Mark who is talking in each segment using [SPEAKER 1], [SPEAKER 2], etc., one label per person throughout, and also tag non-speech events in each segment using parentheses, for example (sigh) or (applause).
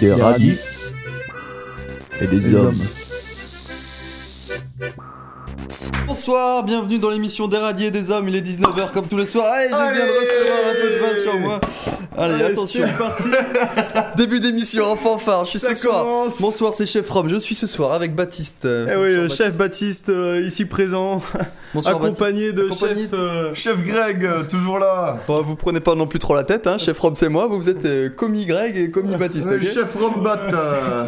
[SPEAKER 1] des radis et des hommes.
[SPEAKER 2] Bonsoir, bienvenue dans l'émission des radiés et des hommes, il est 19h comme tous les soirs. Allez, je viens
[SPEAKER 3] Allez
[SPEAKER 2] de recevoir un peu de vin sur moi. Allez,
[SPEAKER 3] Allez,
[SPEAKER 2] attention.
[SPEAKER 3] c'est parti.
[SPEAKER 2] (laughs) Début d'émission en fanfare, je suis
[SPEAKER 3] Ça
[SPEAKER 2] ce soir.
[SPEAKER 3] commence.
[SPEAKER 2] Bonsoir, c'est Chef Rome, je suis ce soir avec Baptiste. Euh,
[SPEAKER 3] Eh oui,
[SPEAKER 2] bonsoir,
[SPEAKER 3] euh, chef Baptiste euh, ici présent,
[SPEAKER 2] Bonsoir, Baptiste.
[SPEAKER 3] accompagné de
[SPEAKER 2] Accompagné
[SPEAKER 3] chef. euh,
[SPEAKER 4] Chef Greg, euh, toujours là.
[SPEAKER 2] Bon, vous prenez pas non plus trop la tête, hein. Chef Rome, c'est moi, vous, vous êtes euh, commis Greg et commis Baptiste.
[SPEAKER 4] Le
[SPEAKER 2] ok
[SPEAKER 4] chef Rombat. euh,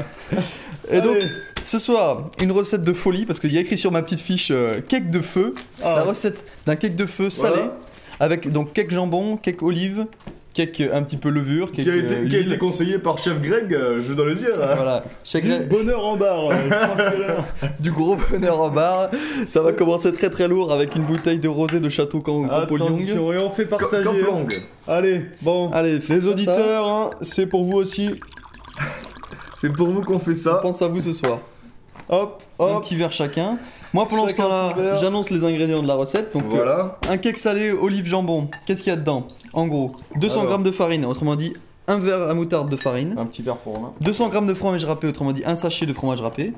[SPEAKER 2] et donc,
[SPEAKER 3] Allez.
[SPEAKER 2] ce soir, une recette de folie, parce qu'il y a écrit sur ma petite fiche euh, cake de feu. La
[SPEAKER 3] Ah.
[SPEAKER 2] recette d'un cake de feu salé,
[SPEAKER 4] Voilà.
[SPEAKER 2] avec donc cake jambon, cake olive, cake euh, un petit peu levure, cake
[SPEAKER 4] qui a
[SPEAKER 2] euh,
[SPEAKER 4] été, qui a été
[SPEAKER 2] huile.
[SPEAKER 4] conseillé par Chef Greg, euh, je dois le dire.
[SPEAKER 2] Voilà, Cake-
[SPEAKER 3] du bonheur en barre.
[SPEAKER 2] (laughs)
[SPEAKER 3] euh, je pense que là-
[SPEAKER 2] du gros bonheur en barre. Ça va commencer très très lourd avec une bouteille de rosé de château Cam- Campolyong.
[SPEAKER 3] Attention, et on fait
[SPEAKER 4] Co-
[SPEAKER 3] partager.
[SPEAKER 4] comme
[SPEAKER 3] hein.
[SPEAKER 4] longue.
[SPEAKER 3] Allez, bon.
[SPEAKER 2] Allez, faites
[SPEAKER 3] Les
[SPEAKER 2] Ah, ça, ça.
[SPEAKER 3] auditeurs, hein, c'est pour vous aussi.
[SPEAKER 4] C'est pour vous qu'on fait
[SPEAKER 2] on
[SPEAKER 4] ça.
[SPEAKER 2] pense à vous ce soir.
[SPEAKER 3] Hop,
[SPEAKER 2] Un
[SPEAKER 3] hop.
[SPEAKER 2] petit verre chacun. Moi pendant ce
[SPEAKER 3] Chacun son
[SPEAKER 2] temps-là,
[SPEAKER 3] verre.
[SPEAKER 2] j'annonce les ingrédients de la recette. Donc euh,
[SPEAKER 4] Voilà.
[SPEAKER 2] un cake salé olive jambon. Qu'est-ce qu'il y a dedans En gros, 200
[SPEAKER 4] Alors.
[SPEAKER 2] grammes de farine, autrement dit un verre à moutarde de farine.
[SPEAKER 3] Un petit verre pour moi.
[SPEAKER 2] 200 grammes de fromage râpé, autrement dit un sachet de fromage râpé.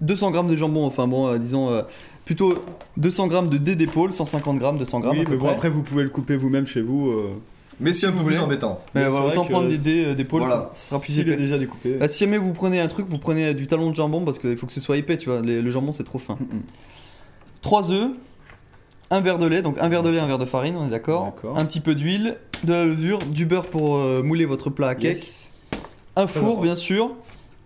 [SPEAKER 2] 200 grammes de jambon, enfin bon, euh, disons euh, plutôt 200 grammes de dés d'épaule, 150 grammes, 200 grammes. à
[SPEAKER 3] Oui,
[SPEAKER 2] peu
[SPEAKER 3] mais bon,
[SPEAKER 2] près.
[SPEAKER 3] après, vous pouvez le couper vous-même chez vous. euh,
[SPEAKER 4] Mais c'est un peu plus embêtant.
[SPEAKER 2] Mais
[SPEAKER 3] Mais
[SPEAKER 2] voilà,
[SPEAKER 3] c'est vrai
[SPEAKER 2] autant
[SPEAKER 3] que
[SPEAKER 2] prendre des
[SPEAKER 3] si-
[SPEAKER 2] dés euh, d'épaule,
[SPEAKER 4] Voilà.
[SPEAKER 2] ça, ça sera plus
[SPEAKER 3] s'il est
[SPEAKER 2] épais.
[SPEAKER 3] déjà découpé.
[SPEAKER 2] Euh, si jamais vous prenez un truc, vous prenez euh, du talon de jambon parce qu'il faut que ce soit épais, tu vois. les- le jambon c'est trop fin. 3 œufs, un verre de lait, donc un verre de lait, un verre de farine, on est d'accord.
[SPEAKER 3] D'accord.
[SPEAKER 2] Un petit peu d'huile, de la levure, du beurre pour euh, mouler votre plat à cake,
[SPEAKER 3] Yes.
[SPEAKER 2] un
[SPEAKER 3] Très
[SPEAKER 2] four
[SPEAKER 3] important.
[SPEAKER 2] bien sûr.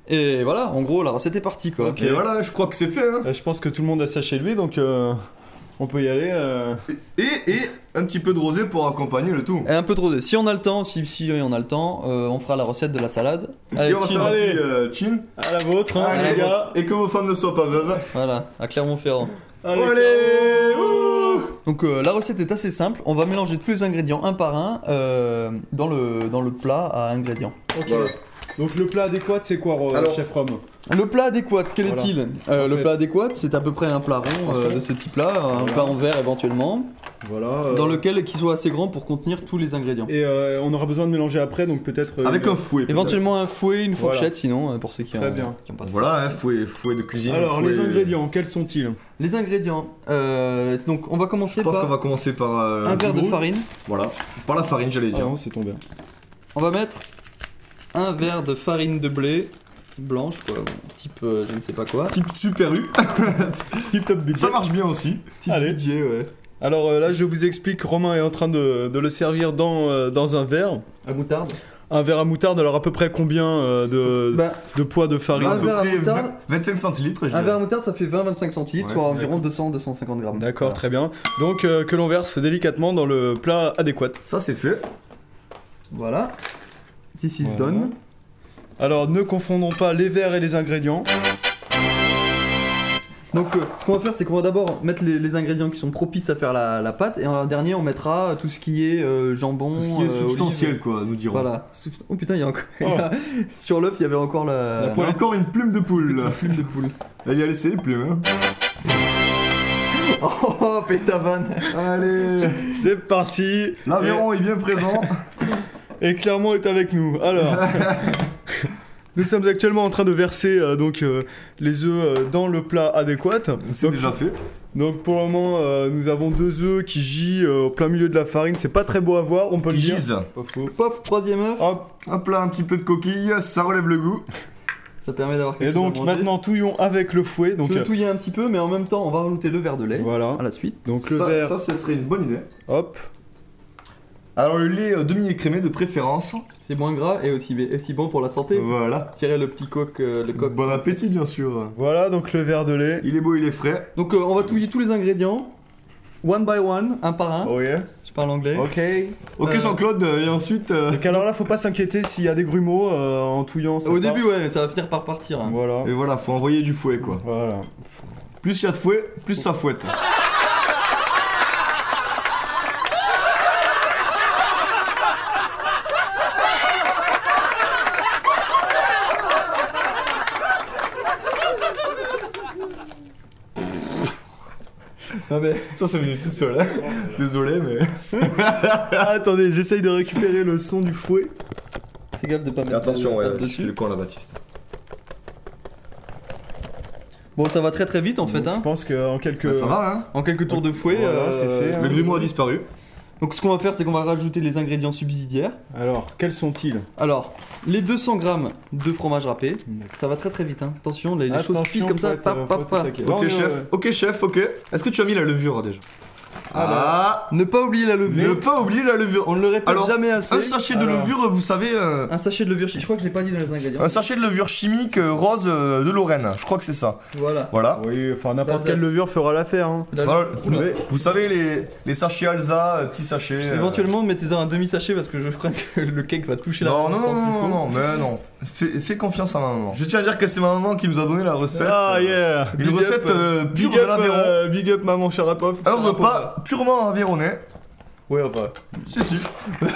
[SPEAKER 2] Et voilà, en gros la recette est partie quoi.
[SPEAKER 3] Ok.
[SPEAKER 4] Et voilà, je crois que c'est fait. hein.
[SPEAKER 3] Euh, je pense que tout le monde a ça chez lui, donc euh, on peut y aller. euh.
[SPEAKER 4] Et, et un petit peu de rosé pour accompagner le tout.
[SPEAKER 2] Et un peu trop Si on a le temps, si, si on a le temps, euh, on fera la recette de la salade. Allez,
[SPEAKER 4] et on va
[SPEAKER 2] team.
[SPEAKER 4] faire un
[SPEAKER 3] allez.
[SPEAKER 4] petit euh, chin.
[SPEAKER 3] À la vôtre, hein,
[SPEAKER 4] Allez,
[SPEAKER 3] les gars.
[SPEAKER 4] Et que vos femmes ne soient pas veuves.
[SPEAKER 2] Voilà, à Clermont-Ferrand.
[SPEAKER 3] Allez,
[SPEAKER 4] Allez,
[SPEAKER 3] Clermont.
[SPEAKER 2] Donc euh, la recette est assez simple, on va mélanger tous les ingrédients un par un euh, dans, le, dans le plat à ingrédients.
[SPEAKER 3] Ok.
[SPEAKER 4] Voilà.
[SPEAKER 3] Donc le plat adéquat, c'est quoi, euh,
[SPEAKER 4] Alors-
[SPEAKER 3] chef Rome
[SPEAKER 2] Le plat adéquat, quel
[SPEAKER 3] Voilà.
[SPEAKER 2] est-il Euh, Le
[SPEAKER 3] Parfait.
[SPEAKER 2] plat adéquat, c'est à peu près un plat rond euh, de ce type-là, un
[SPEAKER 3] Voilà.
[SPEAKER 2] plat en verre éventuellement,
[SPEAKER 3] Voilà. euh,
[SPEAKER 2] dans lequel qu'il soit assez grand pour contenir tous les ingrédients.
[SPEAKER 3] Et euh, on aura besoin de mélanger après, donc peut-être. euh,
[SPEAKER 4] Avec
[SPEAKER 3] une-
[SPEAKER 4] un fouet. peut-être.
[SPEAKER 2] Éventuellement un fouet, une
[SPEAKER 3] Voilà.
[SPEAKER 2] fourchette sinon, euh, pour ceux qui
[SPEAKER 3] Très
[SPEAKER 2] ont,
[SPEAKER 3] bien.
[SPEAKER 2] qui ont pas de
[SPEAKER 4] Voilà, hein, fouet, fouet de cuisine.
[SPEAKER 3] Alors les
[SPEAKER 4] fouet-
[SPEAKER 3] ingrédients, quels sont-ils
[SPEAKER 2] Les ingrédients, euh, donc on va
[SPEAKER 4] Je
[SPEAKER 2] commencer
[SPEAKER 4] pense
[SPEAKER 2] par
[SPEAKER 4] qu'on va commencer par. euh,
[SPEAKER 2] un verre de
[SPEAKER 4] brou-
[SPEAKER 2] farine.
[SPEAKER 4] Voilà, par la farine, j'allais
[SPEAKER 3] Ah
[SPEAKER 4] dire.
[SPEAKER 3] non, c'est tombé.
[SPEAKER 2] On va mettre un verre de farine de blé blanche, quoi, type euh, je ne sais pas quoi.
[SPEAKER 4] Type super
[SPEAKER 2] (laughs)
[SPEAKER 4] U.
[SPEAKER 3] Tip top budget.
[SPEAKER 4] Ça marche bien aussi.
[SPEAKER 2] Type
[SPEAKER 3] Allez.
[SPEAKER 2] budget, ouais.
[SPEAKER 3] Alors euh, là, je vous explique. Romain est en train de, de le servir dans, euh, dans un verre.
[SPEAKER 2] À moutarde.
[SPEAKER 3] Un verre à moutarde. Alors à peu près combien euh, de,
[SPEAKER 2] Bah,
[SPEAKER 3] de poids de farine
[SPEAKER 2] Un
[SPEAKER 4] à peu
[SPEAKER 2] verre à
[SPEAKER 4] près
[SPEAKER 2] moutarde.
[SPEAKER 4] 20 25 centilitres, je
[SPEAKER 2] un verre à
[SPEAKER 4] dirais.
[SPEAKER 2] moutarde ça fait 20-25 centilitres,
[SPEAKER 4] Ouais,
[SPEAKER 2] soit environ 200-250 grammes.
[SPEAKER 3] D'accord, très bien. Donc euh, que l'on verse délicatement dans le plat adéquat.
[SPEAKER 4] Ça, c'est fait.
[SPEAKER 2] Voilà.
[SPEAKER 4] Si, si,
[SPEAKER 3] Voilà. Alors ne confondons pas les verres et les
[SPEAKER 4] (laughs)
[SPEAKER 3] ingrédients.
[SPEAKER 2] Donc euh, ce qu'on va faire c'est qu'on va d'abord mettre les, les ingrédients qui sont propices à faire la, la pâte et en dernier on mettra tout ce qui est euh, jambon.
[SPEAKER 4] Tout ce qui est
[SPEAKER 2] euh,
[SPEAKER 4] substantiel,
[SPEAKER 2] olive.
[SPEAKER 4] quoi, nous dirons.
[SPEAKER 2] Voilà. Subst- Oh putain il y a encore...
[SPEAKER 3] Oh.
[SPEAKER 2] (laughs) Sur l'œuf il y avait encore la...
[SPEAKER 4] On a encore une plume de poule.
[SPEAKER 2] plume de
[SPEAKER 4] (laughs)
[SPEAKER 2] poule.
[SPEAKER 4] Allez, allez, c'est les plumes. hein.
[SPEAKER 2] Oh, (laughs) oh pétavane
[SPEAKER 4] hein. Allez.
[SPEAKER 3] C'est parti.
[SPEAKER 4] L'Aveyron est
[SPEAKER 2] (laughs)
[SPEAKER 4] bien présent.
[SPEAKER 3] Et Clermont est avec nous. Alors, nous sommes actuellement en train de verser euh, donc euh, les œufs euh, dans le plat adéquat.
[SPEAKER 4] C'est
[SPEAKER 3] Donc,
[SPEAKER 4] déjà fait.
[SPEAKER 3] donc pour le moment, euh, nous avons deux œufs qui gient euh, au plein milieu de la farine. C'est pas très beau à voir, on peut le dire.
[SPEAKER 4] Gise.
[SPEAKER 3] Pas faux.
[SPEAKER 2] Pof, troisième œuf
[SPEAKER 3] Hop.
[SPEAKER 4] Hop là, un petit peu de coquille, ça relève le goût.
[SPEAKER 2] Ça permet d'avoir quelque
[SPEAKER 3] Et donc
[SPEAKER 2] chose à manger.
[SPEAKER 3] maintenant touillons avec le fouet. Donc
[SPEAKER 2] je vais
[SPEAKER 3] euh,
[SPEAKER 2] touiller un petit peu, mais en même temps, on va rajouter le verre de lait
[SPEAKER 3] voilà.
[SPEAKER 2] à la suite.
[SPEAKER 3] Donc le
[SPEAKER 4] ça,
[SPEAKER 3] verre.
[SPEAKER 4] ça, ce serait une bonne idée.
[SPEAKER 3] Hop.
[SPEAKER 4] Alors, le lait euh, demi-écrémé de préférence.
[SPEAKER 2] C'est moins gras et aussi, et aussi bon pour la santé.
[SPEAKER 4] Voilà.
[SPEAKER 2] Tirez le petit coq, euh, le coq.
[SPEAKER 4] Bon appétit, bien sûr.
[SPEAKER 3] Voilà donc le verre de lait.
[SPEAKER 4] Il est beau, il est frais.
[SPEAKER 2] Donc euh, on va touiller tous les ingrédients, one by one, un par un.
[SPEAKER 3] Oh yeah.
[SPEAKER 2] Je parle anglais.
[SPEAKER 3] Ok.
[SPEAKER 4] Ok,
[SPEAKER 2] Euh,
[SPEAKER 4] Jean-Claude, euh, et ensuite. euh,
[SPEAKER 3] Donc alors là, faut pas s'inquiéter s'il y a des grumeaux euh, en touillant. ça
[SPEAKER 2] Au
[SPEAKER 3] part.
[SPEAKER 2] début, ouais, mais ça va finir par partir. hein.
[SPEAKER 3] Voilà.
[SPEAKER 4] Et voilà, faut envoyer du fouet, quoi.
[SPEAKER 3] Voilà.
[SPEAKER 4] Plus il y a de fouet, plus
[SPEAKER 2] (laughs)
[SPEAKER 4] ça fouette.
[SPEAKER 2] Non, mais
[SPEAKER 4] Ça, c'est venu tout seul. hein. Désolé, mais.
[SPEAKER 3] Ah, attendez, j'essaye de récupérer le son du fouet.
[SPEAKER 2] Fais gaffe de pas
[SPEAKER 4] Et
[SPEAKER 2] mettre euh,
[SPEAKER 4] attention,
[SPEAKER 2] la
[SPEAKER 4] ouais,
[SPEAKER 2] pâte
[SPEAKER 4] je suis
[SPEAKER 2] dessus.
[SPEAKER 4] le con la Baptiste.
[SPEAKER 2] Bon, ça va très très vite en fait.
[SPEAKER 3] Donc, Je
[SPEAKER 2] Hein.
[SPEAKER 3] pense qu'en quelques,
[SPEAKER 4] Bah, ça va, hein
[SPEAKER 2] En quelques tours de fouet.
[SPEAKER 3] Voilà,
[SPEAKER 2] euh,
[SPEAKER 3] c'est fait, hein.
[SPEAKER 4] Le grimoire a disparu.
[SPEAKER 2] Donc ce qu'on va faire, c'est qu'on va rajouter les ingrédients subsidiaires.
[SPEAKER 3] Alors, quels sont-ils
[SPEAKER 2] Alors, les 200 grammes de fromage râpé.
[SPEAKER 3] D'accord.
[SPEAKER 2] Ça va très très vite. Hein. Attention, les, les choses
[SPEAKER 3] Attention,
[SPEAKER 2] filent comme ça.
[SPEAKER 3] faut être-
[SPEAKER 2] pap,
[SPEAKER 3] faut
[SPEAKER 2] pap,
[SPEAKER 3] être au
[SPEAKER 2] pap.
[SPEAKER 3] taquet. Non,
[SPEAKER 4] Ok,
[SPEAKER 3] mais,
[SPEAKER 4] chef.
[SPEAKER 3] euh,
[SPEAKER 4] Ok, chef, ok. Est-ce que tu as mis la levure déjà Ah,
[SPEAKER 2] bah, Ne pas oublier la
[SPEAKER 4] Ne
[SPEAKER 2] levure.
[SPEAKER 4] pas oublier la levure.
[SPEAKER 2] On ne le répète
[SPEAKER 4] Alors,
[SPEAKER 2] jamais assez.
[SPEAKER 4] Un sachet de
[SPEAKER 3] Alors.
[SPEAKER 4] levure, vous savez. euh,
[SPEAKER 2] Un sachet de levure. Je crois que je l'ai pas dit dans les ingrédients.
[SPEAKER 3] Ah,
[SPEAKER 4] Un sachet de levure chimique euh, rose euh, de Lorraine, je crois que c'est ça.
[SPEAKER 2] Voilà.
[SPEAKER 4] Voilà.
[SPEAKER 3] Ah Oui, enfin, n'importe
[SPEAKER 2] L'Alsace.
[SPEAKER 3] quelle levure fera l'affaire. hein.
[SPEAKER 2] La-
[SPEAKER 4] Voilà,
[SPEAKER 2] Oula.
[SPEAKER 4] vous- Vous savez, les, les sachets Alsa, euh, petits sachets. euh,
[SPEAKER 2] Éventuellement, mettez-en un demi-sachet parce que je crois que (laughs) le cake va toucher la
[SPEAKER 4] Non, non, non,
[SPEAKER 2] résistance du
[SPEAKER 4] non,
[SPEAKER 2] coup.
[SPEAKER 4] non, mais non. Fais, fais confiance à ma maman. Je tiens à dire que c'est ma maman qui nous a donné la recette.
[SPEAKER 3] Ah,
[SPEAKER 4] euh,
[SPEAKER 3] yeah
[SPEAKER 4] Une
[SPEAKER 3] Big
[SPEAKER 4] recette
[SPEAKER 3] up,
[SPEAKER 4] euh, pure
[SPEAKER 3] Big
[SPEAKER 4] de
[SPEAKER 3] up,
[SPEAKER 4] l'Aveyron.
[SPEAKER 3] euh, big up, maman Sharapov.
[SPEAKER 4] Un repas purement avéronais.
[SPEAKER 3] Ouais, enfin.
[SPEAKER 4] Si, si.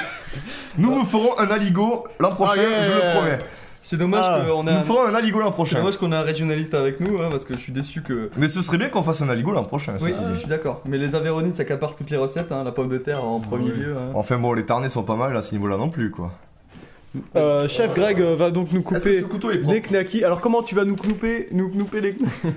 [SPEAKER 4] (laughs) Nous vous ferons un aligot l'an prochain,
[SPEAKER 3] Ah, yeah.
[SPEAKER 4] je le promets.
[SPEAKER 2] C'est dommage
[SPEAKER 3] Ah,
[SPEAKER 2] qu'on ait
[SPEAKER 4] Nous
[SPEAKER 2] un...
[SPEAKER 4] ferons un aligot l'an
[SPEAKER 2] C'est
[SPEAKER 4] prochain.
[SPEAKER 2] dommage qu'on ait un régionaliste avec nous hein, parce que je suis déçu que.
[SPEAKER 4] Mais ce serait bien qu'on fasse un aligot l'an prochain,
[SPEAKER 2] Oui,
[SPEAKER 4] ceci
[SPEAKER 2] je
[SPEAKER 4] dit.
[SPEAKER 2] suis d'accord. Mais les Aveyronais s'accaparent toutes les recettes, hein, la pomme de terre
[SPEAKER 4] Ah
[SPEAKER 2] en premier
[SPEAKER 3] Oui.
[SPEAKER 2] lieu. hein.
[SPEAKER 4] Enfin bon, les tarnés sont pas mal à ce niveau-là non plus, quoi.
[SPEAKER 3] Euh, chef Greg euh, va donc nous
[SPEAKER 4] Est-ce que
[SPEAKER 3] couper
[SPEAKER 4] ce couteau est propre
[SPEAKER 3] des knackis. Alors, comment tu vas nous couper, nous knouper les knackis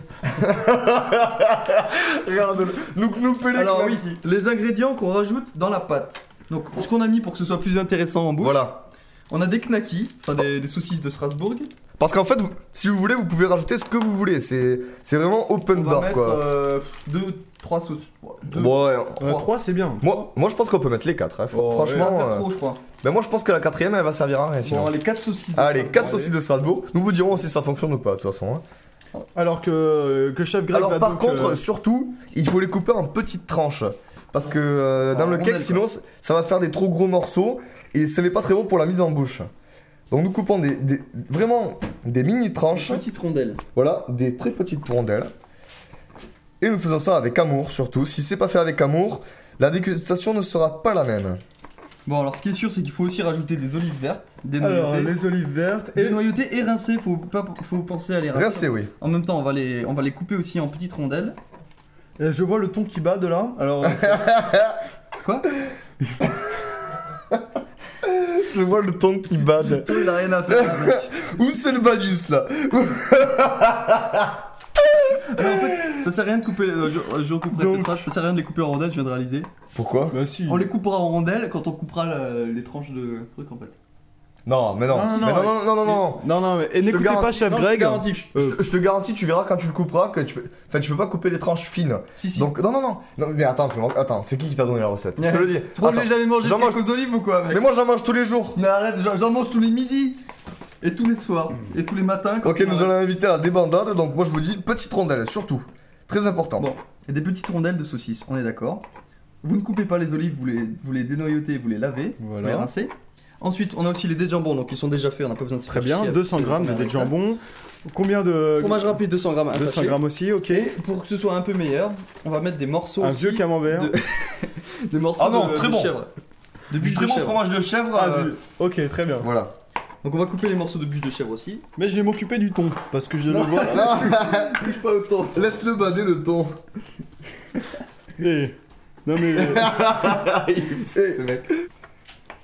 [SPEAKER 2] (laughs)
[SPEAKER 4] Regarde-le. Nous nous pelez
[SPEAKER 2] Alors oui, les ingrédients qu'on rajoute dans la pâte. Donc ce qu'on a mis pour que ce soit plus intéressant en bouche,
[SPEAKER 4] Voilà.
[SPEAKER 2] on a des knackis, enfin des, des saucisses de Strasbourg.
[SPEAKER 4] Parce qu'en fait, vous- si vous voulez, vous pouvez rajouter ce que vous voulez. C'est c'est vraiment open
[SPEAKER 2] On va
[SPEAKER 4] bar,
[SPEAKER 2] mettre
[SPEAKER 4] quoi.
[SPEAKER 2] euh, deux, trois sauces. Deux.
[SPEAKER 4] Bon, ouais.
[SPEAKER 2] Trois.
[SPEAKER 3] 3, Euh, c'est bien.
[SPEAKER 4] Moi, moi, je pense qu'on peut mettre les 4.
[SPEAKER 3] Oh,
[SPEAKER 2] Ça va
[SPEAKER 4] Franchement,
[SPEAKER 2] faire
[SPEAKER 4] euh,
[SPEAKER 2] trop, je crois.
[SPEAKER 4] ben moi, je pense que la quatrième, elle va servir à rien. sinon.
[SPEAKER 2] Bon, les quatre saucisses. de
[SPEAKER 4] Allez,
[SPEAKER 2] Strasbourg,
[SPEAKER 4] 4 saucisses de Strasbourg. Nous vous dirons si ça fonctionne ou pas, de toute façon. hein.
[SPEAKER 3] Alors que, que chef Greg va
[SPEAKER 4] Alors, par
[SPEAKER 3] donc,
[SPEAKER 4] contre,
[SPEAKER 3] euh,
[SPEAKER 4] surtout, il faut les couper en petites tranches. Parce que euh, dans
[SPEAKER 2] En
[SPEAKER 4] le cake,
[SPEAKER 2] rondelles,
[SPEAKER 4] sinon, c- ça va faire des trop gros morceaux. Et ce n'est pas très bon pour la mise en bouche. Donc, nous coupons des, des- vraiment des mini tranches.
[SPEAKER 2] Petite rondelle.
[SPEAKER 4] Voilà, des très petites rondelles. Et nous faisons ça avec amour, surtout. Si c'est pas fait avec amour, la dégustation ne sera pas la même.
[SPEAKER 2] Bon, alors ce qui est sûr, c'est qu'il faut aussi rajouter des olives vertes, des
[SPEAKER 3] alors,
[SPEAKER 2] noyautés.
[SPEAKER 3] les olives vertes
[SPEAKER 2] Des
[SPEAKER 3] et.
[SPEAKER 2] noyautés et rincées, faut, pas, faut penser à les rincer.
[SPEAKER 4] Rincez, oui.
[SPEAKER 2] En même temps, on va les, on va les couper aussi en petites rondelles.
[SPEAKER 3] Euh, Je vois le ton qui bat de là.
[SPEAKER 4] (laughs)
[SPEAKER 3] Alors, euh,
[SPEAKER 2] Quoi
[SPEAKER 4] Je vois le ton qui bade.
[SPEAKER 2] Il a rien à faire.
[SPEAKER 4] Où c'est le badus là
[SPEAKER 2] (laughs) ça sert à rien de couper. euh, je, euh, je recouperai
[SPEAKER 3] Donc-
[SPEAKER 2] cette phrase. Ça sert à rien de les couper en rondelles, je viens de réaliser.
[SPEAKER 4] Pourquoi
[SPEAKER 3] bah si.
[SPEAKER 2] On les coupera en rondelles quand on coupera la- les tranches de truc en fait.
[SPEAKER 4] Non, mais non.
[SPEAKER 3] Non, non,
[SPEAKER 4] mais
[SPEAKER 3] non,
[SPEAKER 4] non, non, non, non, non.
[SPEAKER 3] Non, non, mais et
[SPEAKER 4] Je te
[SPEAKER 3] n'écoutez pas
[SPEAKER 4] garantis-
[SPEAKER 3] chef
[SPEAKER 2] non, je te
[SPEAKER 3] Greg. Euh.
[SPEAKER 2] garantis.
[SPEAKER 4] Je, te- je te garantis, tu verras quand tu le couperas que tu peux. Enfin, tu peux pas couper les tranches fines.
[SPEAKER 2] Si, si.
[SPEAKER 4] Donc, non, non, non. Non, mais attends, fais-moi- attends, c'est qui qui t'a donné la recette Je
[SPEAKER 3] (laughs)
[SPEAKER 4] te le dis.
[SPEAKER 2] Tu crois que
[SPEAKER 4] Attends.
[SPEAKER 2] j'ai jamais mangé de
[SPEAKER 4] J'en mange-
[SPEAKER 2] cake aux olives ou quoi, mec
[SPEAKER 4] Mais moi, j'en mange tous les jours.
[SPEAKER 2] Mais arrête, j'en j'en mange tous les midis Et tous les soirs Et tous les matins quand
[SPEAKER 4] Ok,
[SPEAKER 2] on
[SPEAKER 4] nous allons inviter à la débandade. Donc, moi, je vous dis, petite rondelle, surtout. Très important.
[SPEAKER 2] Bon, et des petites rondelles de saucisse, on est d'accord. Vous ne coupez pas les olives, vous les, vous les dénoyautez, vous les lavez,
[SPEAKER 3] Voilà.
[SPEAKER 2] vous les rincez. Ensuite, on a aussi les dés de jambon, donc ils sont déjà faits, on n'a pas besoin de se
[SPEAKER 3] Très
[SPEAKER 2] faire
[SPEAKER 3] bien,
[SPEAKER 2] chier.
[SPEAKER 3] 200 grammes de
[SPEAKER 2] Avec
[SPEAKER 3] dés de
[SPEAKER 2] ça.
[SPEAKER 3] jambon. Combien de.
[SPEAKER 2] Fromage rapide, 200 grammes, un
[SPEAKER 3] 200
[SPEAKER 2] sachet.
[SPEAKER 3] grammes aussi, ok.
[SPEAKER 2] Et pour que ce soit un peu meilleur, on va mettre des morceaux
[SPEAKER 3] Un
[SPEAKER 2] aussi
[SPEAKER 3] vieux camembert.
[SPEAKER 2] de- des morceaux
[SPEAKER 4] Ah non,
[SPEAKER 2] de,
[SPEAKER 4] très
[SPEAKER 2] de
[SPEAKER 4] bon.
[SPEAKER 2] chèvre. De
[SPEAKER 4] Du
[SPEAKER 2] bûche
[SPEAKER 4] très
[SPEAKER 2] de
[SPEAKER 4] bon
[SPEAKER 2] chèvre.
[SPEAKER 4] fromage de chèvre.
[SPEAKER 3] Ah,
[SPEAKER 4] euh,
[SPEAKER 3] du- Ok, très bien. (laughs)
[SPEAKER 4] Voilà.
[SPEAKER 2] Donc on va couper les morceaux de bûche de chèvre aussi.
[SPEAKER 3] Mais je vais m'occuper du ton parce que je le vois.
[SPEAKER 4] (laughs)
[SPEAKER 2] Touche pas au temps.
[SPEAKER 4] Laisse-le bader le ton.
[SPEAKER 3] (laughs) Et- Eh. Non mais. euh,
[SPEAKER 4] ce mec.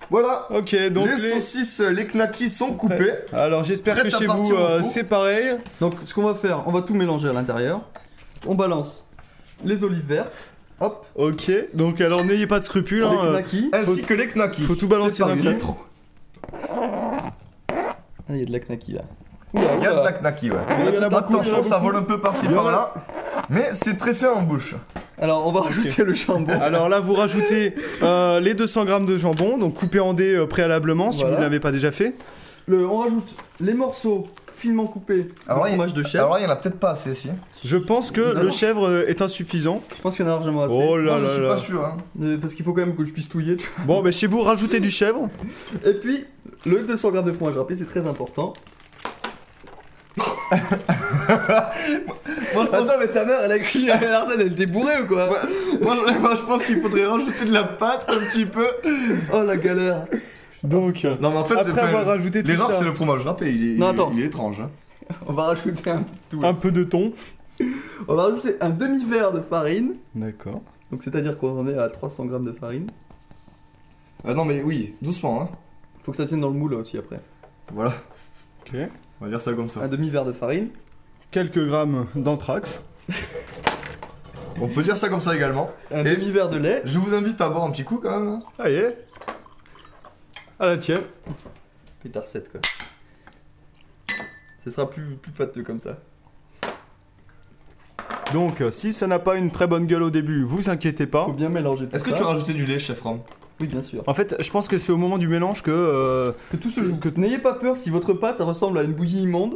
[SPEAKER 4] Voilà.
[SPEAKER 3] Ok, donc.
[SPEAKER 4] les,
[SPEAKER 3] les-
[SPEAKER 4] saucisses, les knackis sont coupés.
[SPEAKER 3] Alors j'espère que
[SPEAKER 4] Prête à
[SPEAKER 3] chez
[SPEAKER 4] partir
[SPEAKER 3] vous
[SPEAKER 4] au
[SPEAKER 3] euh,
[SPEAKER 4] four.
[SPEAKER 3] c'est pareil.
[SPEAKER 2] Donc ce qu'on va faire, on va tout mélanger à l'intérieur. On balance les olives vertes, hop,
[SPEAKER 3] Ok, donc alors n'ayez pas de scrupules.
[SPEAKER 2] les
[SPEAKER 3] hein, euh,
[SPEAKER 2] knackis.
[SPEAKER 4] Ainsi que les knackis.
[SPEAKER 3] faut tout balancer
[SPEAKER 4] C'est
[SPEAKER 3] d'un
[SPEAKER 4] parti.
[SPEAKER 3] coup.
[SPEAKER 2] Ah, il y a de la knaki là.
[SPEAKER 4] Il y a de la knacki, ouais.
[SPEAKER 3] Il y en a beaucoup, il y en a
[SPEAKER 4] Attention, ça
[SPEAKER 3] beaucoup.
[SPEAKER 4] vole un peu par-ci
[SPEAKER 3] Il y en a-
[SPEAKER 4] par-là. Mais c'est très fin en bouche.
[SPEAKER 2] Alors on va rajouter le jambon.
[SPEAKER 3] Alors là, vous rajoutez euh, les 200 grammes de jambon, donc coupé en dés euh, préalablement si
[SPEAKER 2] Voilà.
[SPEAKER 3] vous ne l'avez pas déjà fait.
[SPEAKER 2] Le- on rajoute les morceaux finement coupés de
[SPEAKER 4] Alors, il-
[SPEAKER 2] fromage de chèvre.
[SPEAKER 4] Alors là, il y en a peut-être pas assez, si.
[SPEAKER 3] Je pense que
[SPEAKER 2] Non.
[SPEAKER 3] le chèvre euh, est insuffisant.
[SPEAKER 2] Je pense qu'il y en a largement assez.
[SPEAKER 3] Oh là
[SPEAKER 4] Moi, je
[SPEAKER 3] là
[SPEAKER 4] suis
[SPEAKER 3] là.
[SPEAKER 4] pas sûr, hein. (laughs)
[SPEAKER 2] Euh, parce qu'il faut quand même que je puisse touiller. tu
[SPEAKER 3] Bon, mais chez vous, rajoutez du chèvre.
[SPEAKER 2] vois. Et puis le 200 grammes de fromage râpé, c'est très
[SPEAKER 4] (laughs)
[SPEAKER 2] important.
[SPEAKER 4] Moi, je pense,
[SPEAKER 2] Attends mais ta mère elle a crié à Larsen, elle était bourrée ou quoi
[SPEAKER 4] moi, je- moi, je pense qu'il faudrait rajouter de la pâte un petit peu.
[SPEAKER 2] Oh la galère.
[SPEAKER 3] Donc, euh,
[SPEAKER 4] Non, mais en fait,
[SPEAKER 3] après
[SPEAKER 4] c'est-
[SPEAKER 3] avoir rajouté tout
[SPEAKER 4] les rares,
[SPEAKER 3] ça,
[SPEAKER 4] c'est le fromage râpé. Il est,
[SPEAKER 2] Non,
[SPEAKER 4] il est-
[SPEAKER 2] attends.
[SPEAKER 4] il est étrange. hein.
[SPEAKER 2] On va rajouter un tout.
[SPEAKER 3] un peu de thon.
[SPEAKER 2] On va rajouter un demi verre de farine.
[SPEAKER 3] D'accord.
[SPEAKER 2] Donc c'est-à-dire qu'on en est à 300 grammes de farine.
[SPEAKER 4] Euh, non, mais oui, doucement. Hein.
[SPEAKER 2] Faut que ça tienne dans le moule aussi après.
[SPEAKER 4] Voilà,
[SPEAKER 3] Ok.
[SPEAKER 4] on va dire ça comme ça.
[SPEAKER 2] Un demi-verre de farine.
[SPEAKER 3] Quelques grammes d'anthrax.
[SPEAKER 4] On peut dire ça comme ça également.
[SPEAKER 2] Un
[SPEAKER 4] Et-
[SPEAKER 2] demi-verre de lait.
[SPEAKER 4] Je vous invite à boire un petit coup quand même. hein.
[SPEAKER 3] Allez. À la tienne.
[SPEAKER 2] Pétard 7, quoi. Ce sera plus, plus pâteux comme ça.
[SPEAKER 3] Donc, euh, si ça n'a pas une très bonne gueule au début, vous inquiétez pas.
[SPEAKER 2] Faut bien mélanger tout
[SPEAKER 4] Est-ce que
[SPEAKER 2] ça.
[SPEAKER 4] tu as rajouté du lait, chef Ram
[SPEAKER 2] Oui, bien sûr.
[SPEAKER 3] En fait, je pense que c'est au moment du mélange que. euh,
[SPEAKER 2] Que tout se joue. Que n'ayez pas peur si votre pâte ressemble à une bouillie immonde.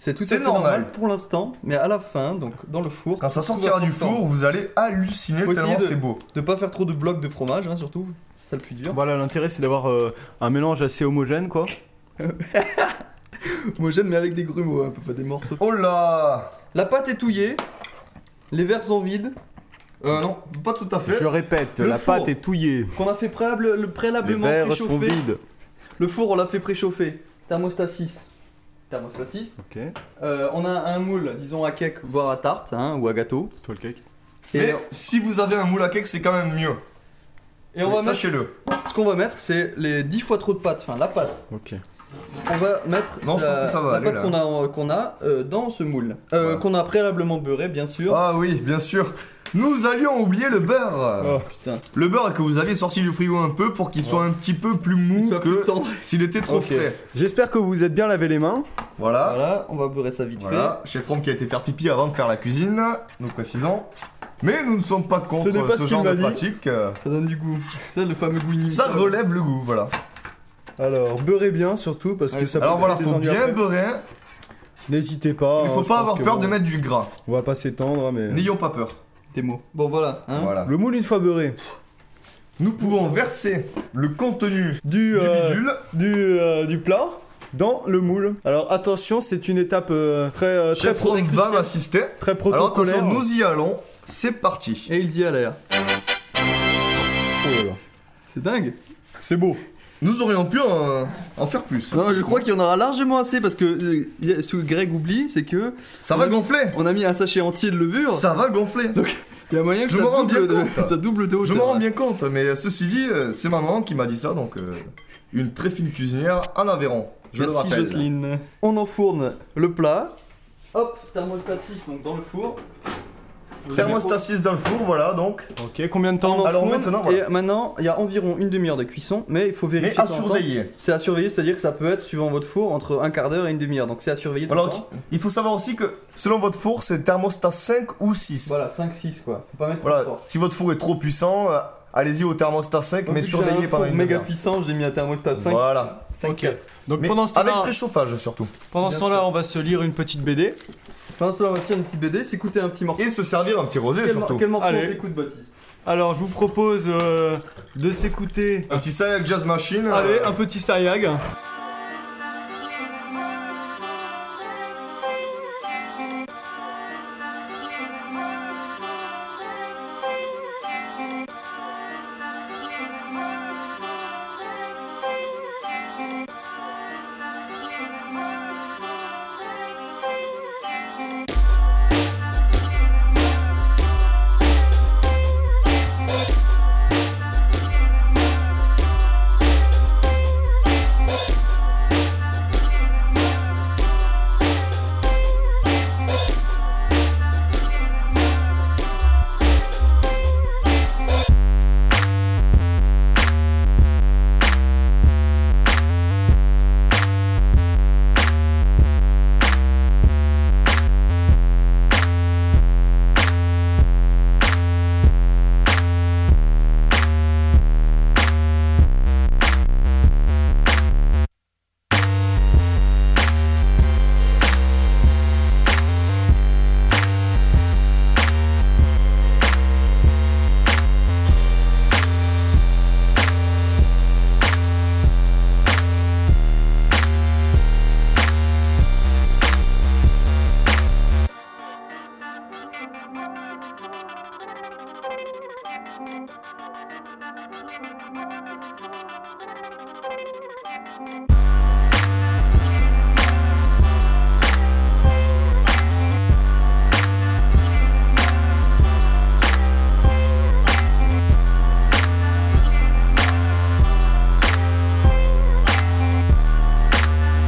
[SPEAKER 2] C'est tout à
[SPEAKER 4] C'est
[SPEAKER 2] fait normal.
[SPEAKER 4] normal.
[SPEAKER 2] pour l'instant, mais à la fin, donc dans le four,
[SPEAKER 4] Quand ça sortira du four, vous allez halluciner
[SPEAKER 2] Faut
[SPEAKER 4] tellement
[SPEAKER 2] essayer de-
[SPEAKER 4] c'est beau.
[SPEAKER 2] de pas faire trop de blocs de fromage, hein, surtout. C'est ça le plus dur.
[SPEAKER 3] Voilà, l'intérêt c'est d'avoir euh, un mélange assez homogène quoi.
[SPEAKER 2] Homogène, mais avec des grumeaux, un peu pas des morceaux.
[SPEAKER 4] Oh là
[SPEAKER 2] La pâte est touillée, les verres sont vides.
[SPEAKER 4] Euh, non, pas tout à fait.
[SPEAKER 3] Je répète,
[SPEAKER 2] Le
[SPEAKER 3] la
[SPEAKER 2] four.
[SPEAKER 3] pâte est touillée,
[SPEAKER 2] Qu'on a fait préalable, le
[SPEAKER 3] les
[SPEAKER 2] préalablement
[SPEAKER 3] verres
[SPEAKER 2] préchauffé.
[SPEAKER 3] sont vides.
[SPEAKER 2] Le four, on l'a fait préchauffer. Thermostat 6. Thermostat 6.
[SPEAKER 3] Ok,
[SPEAKER 2] Euh, on a un moule, disons à cake, voire à tarte, hein, ou à gâteau.
[SPEAKER 3] c'est toi le cake.
[SPEAKER 2] Et,
[SPEAKER 4] Mais si vous avez un moule à cake, c'est quand même mieux.
[SPEAKER 2] et on va mettre,
[SPEAKER 4] Sachez-le.
[SPEAKER 2] ce qu'on va mettre, c'est les 10 fois trop de pâte, enfin la pâte.
[SPEAKER 3] Ok.
[SPEAKER 2] On va mettre
[SPEAKER 4] Non, je
[SPEAKER 2] la,
[SPEAKER 4] pense que ça va
[SPEAKER 2] la
[SPEAKER 4] aller,
[SPEAKER 2] pâte qu'on a, euh, qu'on a euh, dans ce moule. Euh,
[SPEAKER 4] Voilà.
[SPEAKER 2] Qu'on a préalablement beurré, bien sûr.
[SPEAKER 4] Ah oui, bien sûr. Nous allions oublier le beurre.
[SPEAKER 3] Oh.
[SPEAKER 2] putain,
[SPEAKER 4] Le beurre que vous aviez sorti du frigo un peu pour qu'il soit un petit peu plus
[SPEAKER 2] il
[SPEAKER 4] mou
[SPEAKER 2] soit plus
[SPEAKER 4] que
[SPEAKER 2] tendre.
[SPEAKER 4] s'il était trop
[SPEAKER 3] Ok.
[SPEAKER 4] frais.
[SPEAKER 3] J'espère que vous vous êtes bien lavé les mains.
[SPEAKER 4] Voilà.
[SPEAKER 2] Voilà, on va beurrer ça vite
[SPEAKER 4] Ah. Voilà. Chef Ram qui a été faire pipi avant de faire la cuisine, nous précisons. Mais nous ne sommes pas contre
[SPEAKER 3] n'est pas
[SPEAKER 4] ce
[SPEAKER 3] ce
[SPEAKER 4] genre
[SPEAKER 3] qu'il
[SPEAKER 4] de
[SPEAKER 3] m'a dit.
[SPEAKER 4] pratique. euh,
[SPEAKER 2] fait. Ça donne du goût. C'est le fameux goût inimitable.
[SPEAKER 4] Ça relève le goût, voilà.
[SPEAKER 3] Alors, beurrez bien surtout parce que
[SPEAKER 2] Ouais.
[SPEAKER 3] ça peut
[SPEAKER 4] Alors voilà,
[SPEAKER 3] créer des
[SPEAKER 4] faut
[SPEAKER 3] ennuis
[SPEAKER 4] bien
[SPEAKER 3] après.
[SPEAKER 4] beurrer. hein.
[SPEAKER 3] N'hésitez pas.
[SPEAKER 4] Il
[SPEAKER 3] hein,
[SPEAKER 4] faut
[SPEAKER 3] je
[SPEAKER 4] pas
[SPEAKER 3] pense
[SPEAKER 4] avoir
[SPEAKER 3] que
[SPEAKER 4] peur
[SPEAKER 3] bon,
[SPEAKER 4] de mettre du gras.
[SPEAKER 3] On va pas s'étendre hein, mais.
[SPEAKER 4] N'ayons pas peur.
[SPEAKER 2] Tes mots. Bon, voilà. hein.
[SPEAKER 4] Voilà.
[SPEAKER 3] Le moule une fois beurré.
[SPEAKER 4] Nous pouvons verser le contenu
[SPEAKER 3] Du,
[SPEAKER 4] du
[SPEAKER 3] euh,
[SPEAKER 4] bidule.
[SPEAKER 3] du, euh, du plat dans le moule. Alors attention, c'est une étape euh, très, euh, très,
[SPEAKER 4] Chef Ram va m'assister.
[SPEAKER 3] très
[SPEAKER 4] Alors
[SPEAKER 3] protocolaire.
[SPEAKER 4] attention, nous y allons. C'est parti.
[SPEAKER 2] Et il y a l'air.
[SPEAKER 3] Oh là là.
[SPEAKER 2] C'est dingue.
[SPEAKER 3] C'est beau.
[SPEAKER 4] Nous aurions pu en, en faire plus.
[SPEAKER 2] Non, je crois qu'il y en aura largement assez parce que euh, y a- ce que Greg oublie, c'est que Oh.
[SPEAKER 4] Ça va gonfler.
[SPEAKER 2] on a mis un sachet entier de levure.
[SPEAKER 4] Ça va gonfler.
[SPEAKER 2] Il y a moyen que
[SPEAKER 4] Je
[SPEAKER 2] ça,
[SPEAKER 4] m'en rends
[SPEAKER 2] double
[SPEAKER 4] bien
[SPEAKER 2] de,
[SPEAKER 4] compte.
[SPEAKER 2] (laughs) ça double de
[SPEAKER 4] Je
[SPEAKER 2] hauteur.
[SPEAKER 4] m'en rends bien compte, mais ceci dit, euh, c'est ma maman qui m'a dit ça, donc euh, une très fine cuisinière en Aveyron. Je le
[SPEAKER 2] Merci
[SPEAKER 4] rappelle.
[SPEAKER 2] Jocelyne. On enfourne le plat. Hop, thermostat 6, donc dans le four.
[SPEAKER 4] Thermostat 6 dans le four, voilà donc.
[SPEAKER 3] Ok, combien de
[SPEAKER 2] On
[SPEAKER 3] temps
[SPEAKER 2] enfourne,
[SPEAKER 4] Alors maintenant, voilà.
[SPEAKER 2] Et maintenant, il y a environ une demi-heure de cuisson, mais il faut vérifier.
[SPEAKER 4] Mais à
[SPEAKER 2] de temps en temps.
[SPEAKER 4] surveiller.
[SPEAKER 2] C'est à surveiller, c'est-à-dire que ça peut être, suivant votre four, entre un quart d'heure et une demi-heure. Donc c'est à surveiller. de
[SPEAKER 4] Alors,
[SPEAKER 2] temps en
[SPEAKER 4] tu-
[SPEAKER 2] temps.
[SPEAKER 4] il faut savoir aussi que selon votre four, c'est thermostat 5 ou 6.
[SPEAKER 2] voilà, 5-6 quoi. Faut pas mettre trop
[SPEAKER 4] Voilà,
[SPEAKER 2] fort.
[SPEAKER 4] si votre four est trop puissant, euh, allez-y au thermostat 5,
[SPEAKER 2] Donc,
[SPEAKER 4] mais
[SPEAKER 2] vu que j'ai
[SPEAKER 4] surveillez
[SPEAKER 2] un
[SPEAKER 4] pendant
[SPEAKER 2] four
[SPEAKER 4] une
[SPEAKER 2] méga
[SPEAKER 4] demi-heure.
[SPEAKER 2] puissant, j'ai mis un thermostat 5.
[SPEAKER 4] Voilà.
[SPEAKER 2] 5
[SPEAKER 3] Ok. Donc
[SPEAKER 4] Mais
[SPEAKER 3] pendant ce
[SPEAKER 4] avec
[SPEAKER 3] temps-là,
[SPEAKER 4] préchauffage surtout.
[SPEAKER 3] pendant ce
[SPEAKER 2] Bien
[SPEAKER 3] temps-là, on va se lire une petite BD.
[SPEAKER 2] Pendant cela, on va faire une petite BD, s'écouter un petit morceau.
[SPEAKER 4] Et se servir un petit rosé
[SPEAKER 2] Quel,
[SPEAKER 4] surtout.
[SPEAKER 2] mor- quel morceau
[SPEAKER 3] Allez.
[SPEAKER 2] on s'écoute, Baptiste
[SPEAKER 3] Alors je vous propose euh, de s'écouter.
[SPEAKER 4] Un petit sac jazz machine. euh,
[SPEAKER 3] Allez, un petit Sayag.
[SPEAKER 5] Thank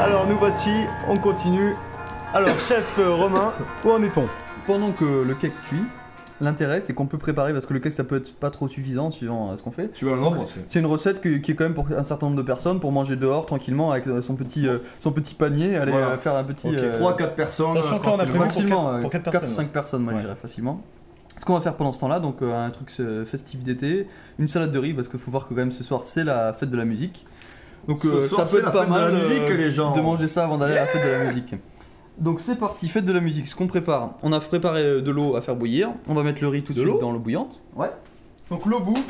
[SPEAKER 3] Alors nous voici, on continue. (laughs) Alors chef euh, Romain, où en est-on
[SPEAKER 2] Pendant que le cake cuit, l'intérêt c'est qu'on peut préparer parce que le cake ça peut être pas trop suffisant suivant euh, ce qu'on fait.
[SPEAKER 4] Tu veux un
[SPEAKER 2] nombre C'est une recette que- qui est quand même pour un certain nombre de personnes pour manger dehors tranquillement avec euh, son petit, euh, son petit panier, aller
[SPEAKER 4] Voilà.
[SPEAKER 2] euh, faire un petit. euh,
[SPEAKER 4] 3-4 personnes.
[SPEAKER 5] Sachant qu'on a
[SPEAKER 4] tranquillement.
[SPEAKER 5] prévu-
[SPEAKER 2] facilement,
[SPEAKER 5] pour quatre- pour quatre
[SPEAKER 2] 4-5
[SPEAKER 5] personnes,
[SPEAKER 2] personnes, moi je
[SPEAKER 5] Ouais.
[SPEAKER 2] dirais facilement. Ce qu'on va faire pendant ce temps-là, donc euh, un truc euh, festif d'été, une salade de riz parce qu'il faut voir que quand même ce soir c'est la fête de la musique. Donc
[SPEAKER 4] Ce
[SPEAKER 2] euh,
[SPEAKER 4] soir,
[SPEAKER 2] ça
[SPEAKER 4] c'est
[SPEAKER 2] peut être
[SPEAKER 4] la
[SPEAKER 2] pas
[SPEAKER 4] fête de la
[SPEAKER 2] mal euh,
[SPEAKER 4] musique, les gens.
[SPEAKER 2] de manger ça avant d'aller à la fête de la musique. Donc c'est parti, fête de la musique. Ce qu'on prépare, on a préparé euh, de l'eau à faire bouillir. On va mettre le riz tout de,
[SPEAKER 3] De
[SPEAKER 2] suite
[SPEAKER 3] l'eau
[SPEAKER 2] dans l'eau bouillante. Ouais. Donc l'eau bout,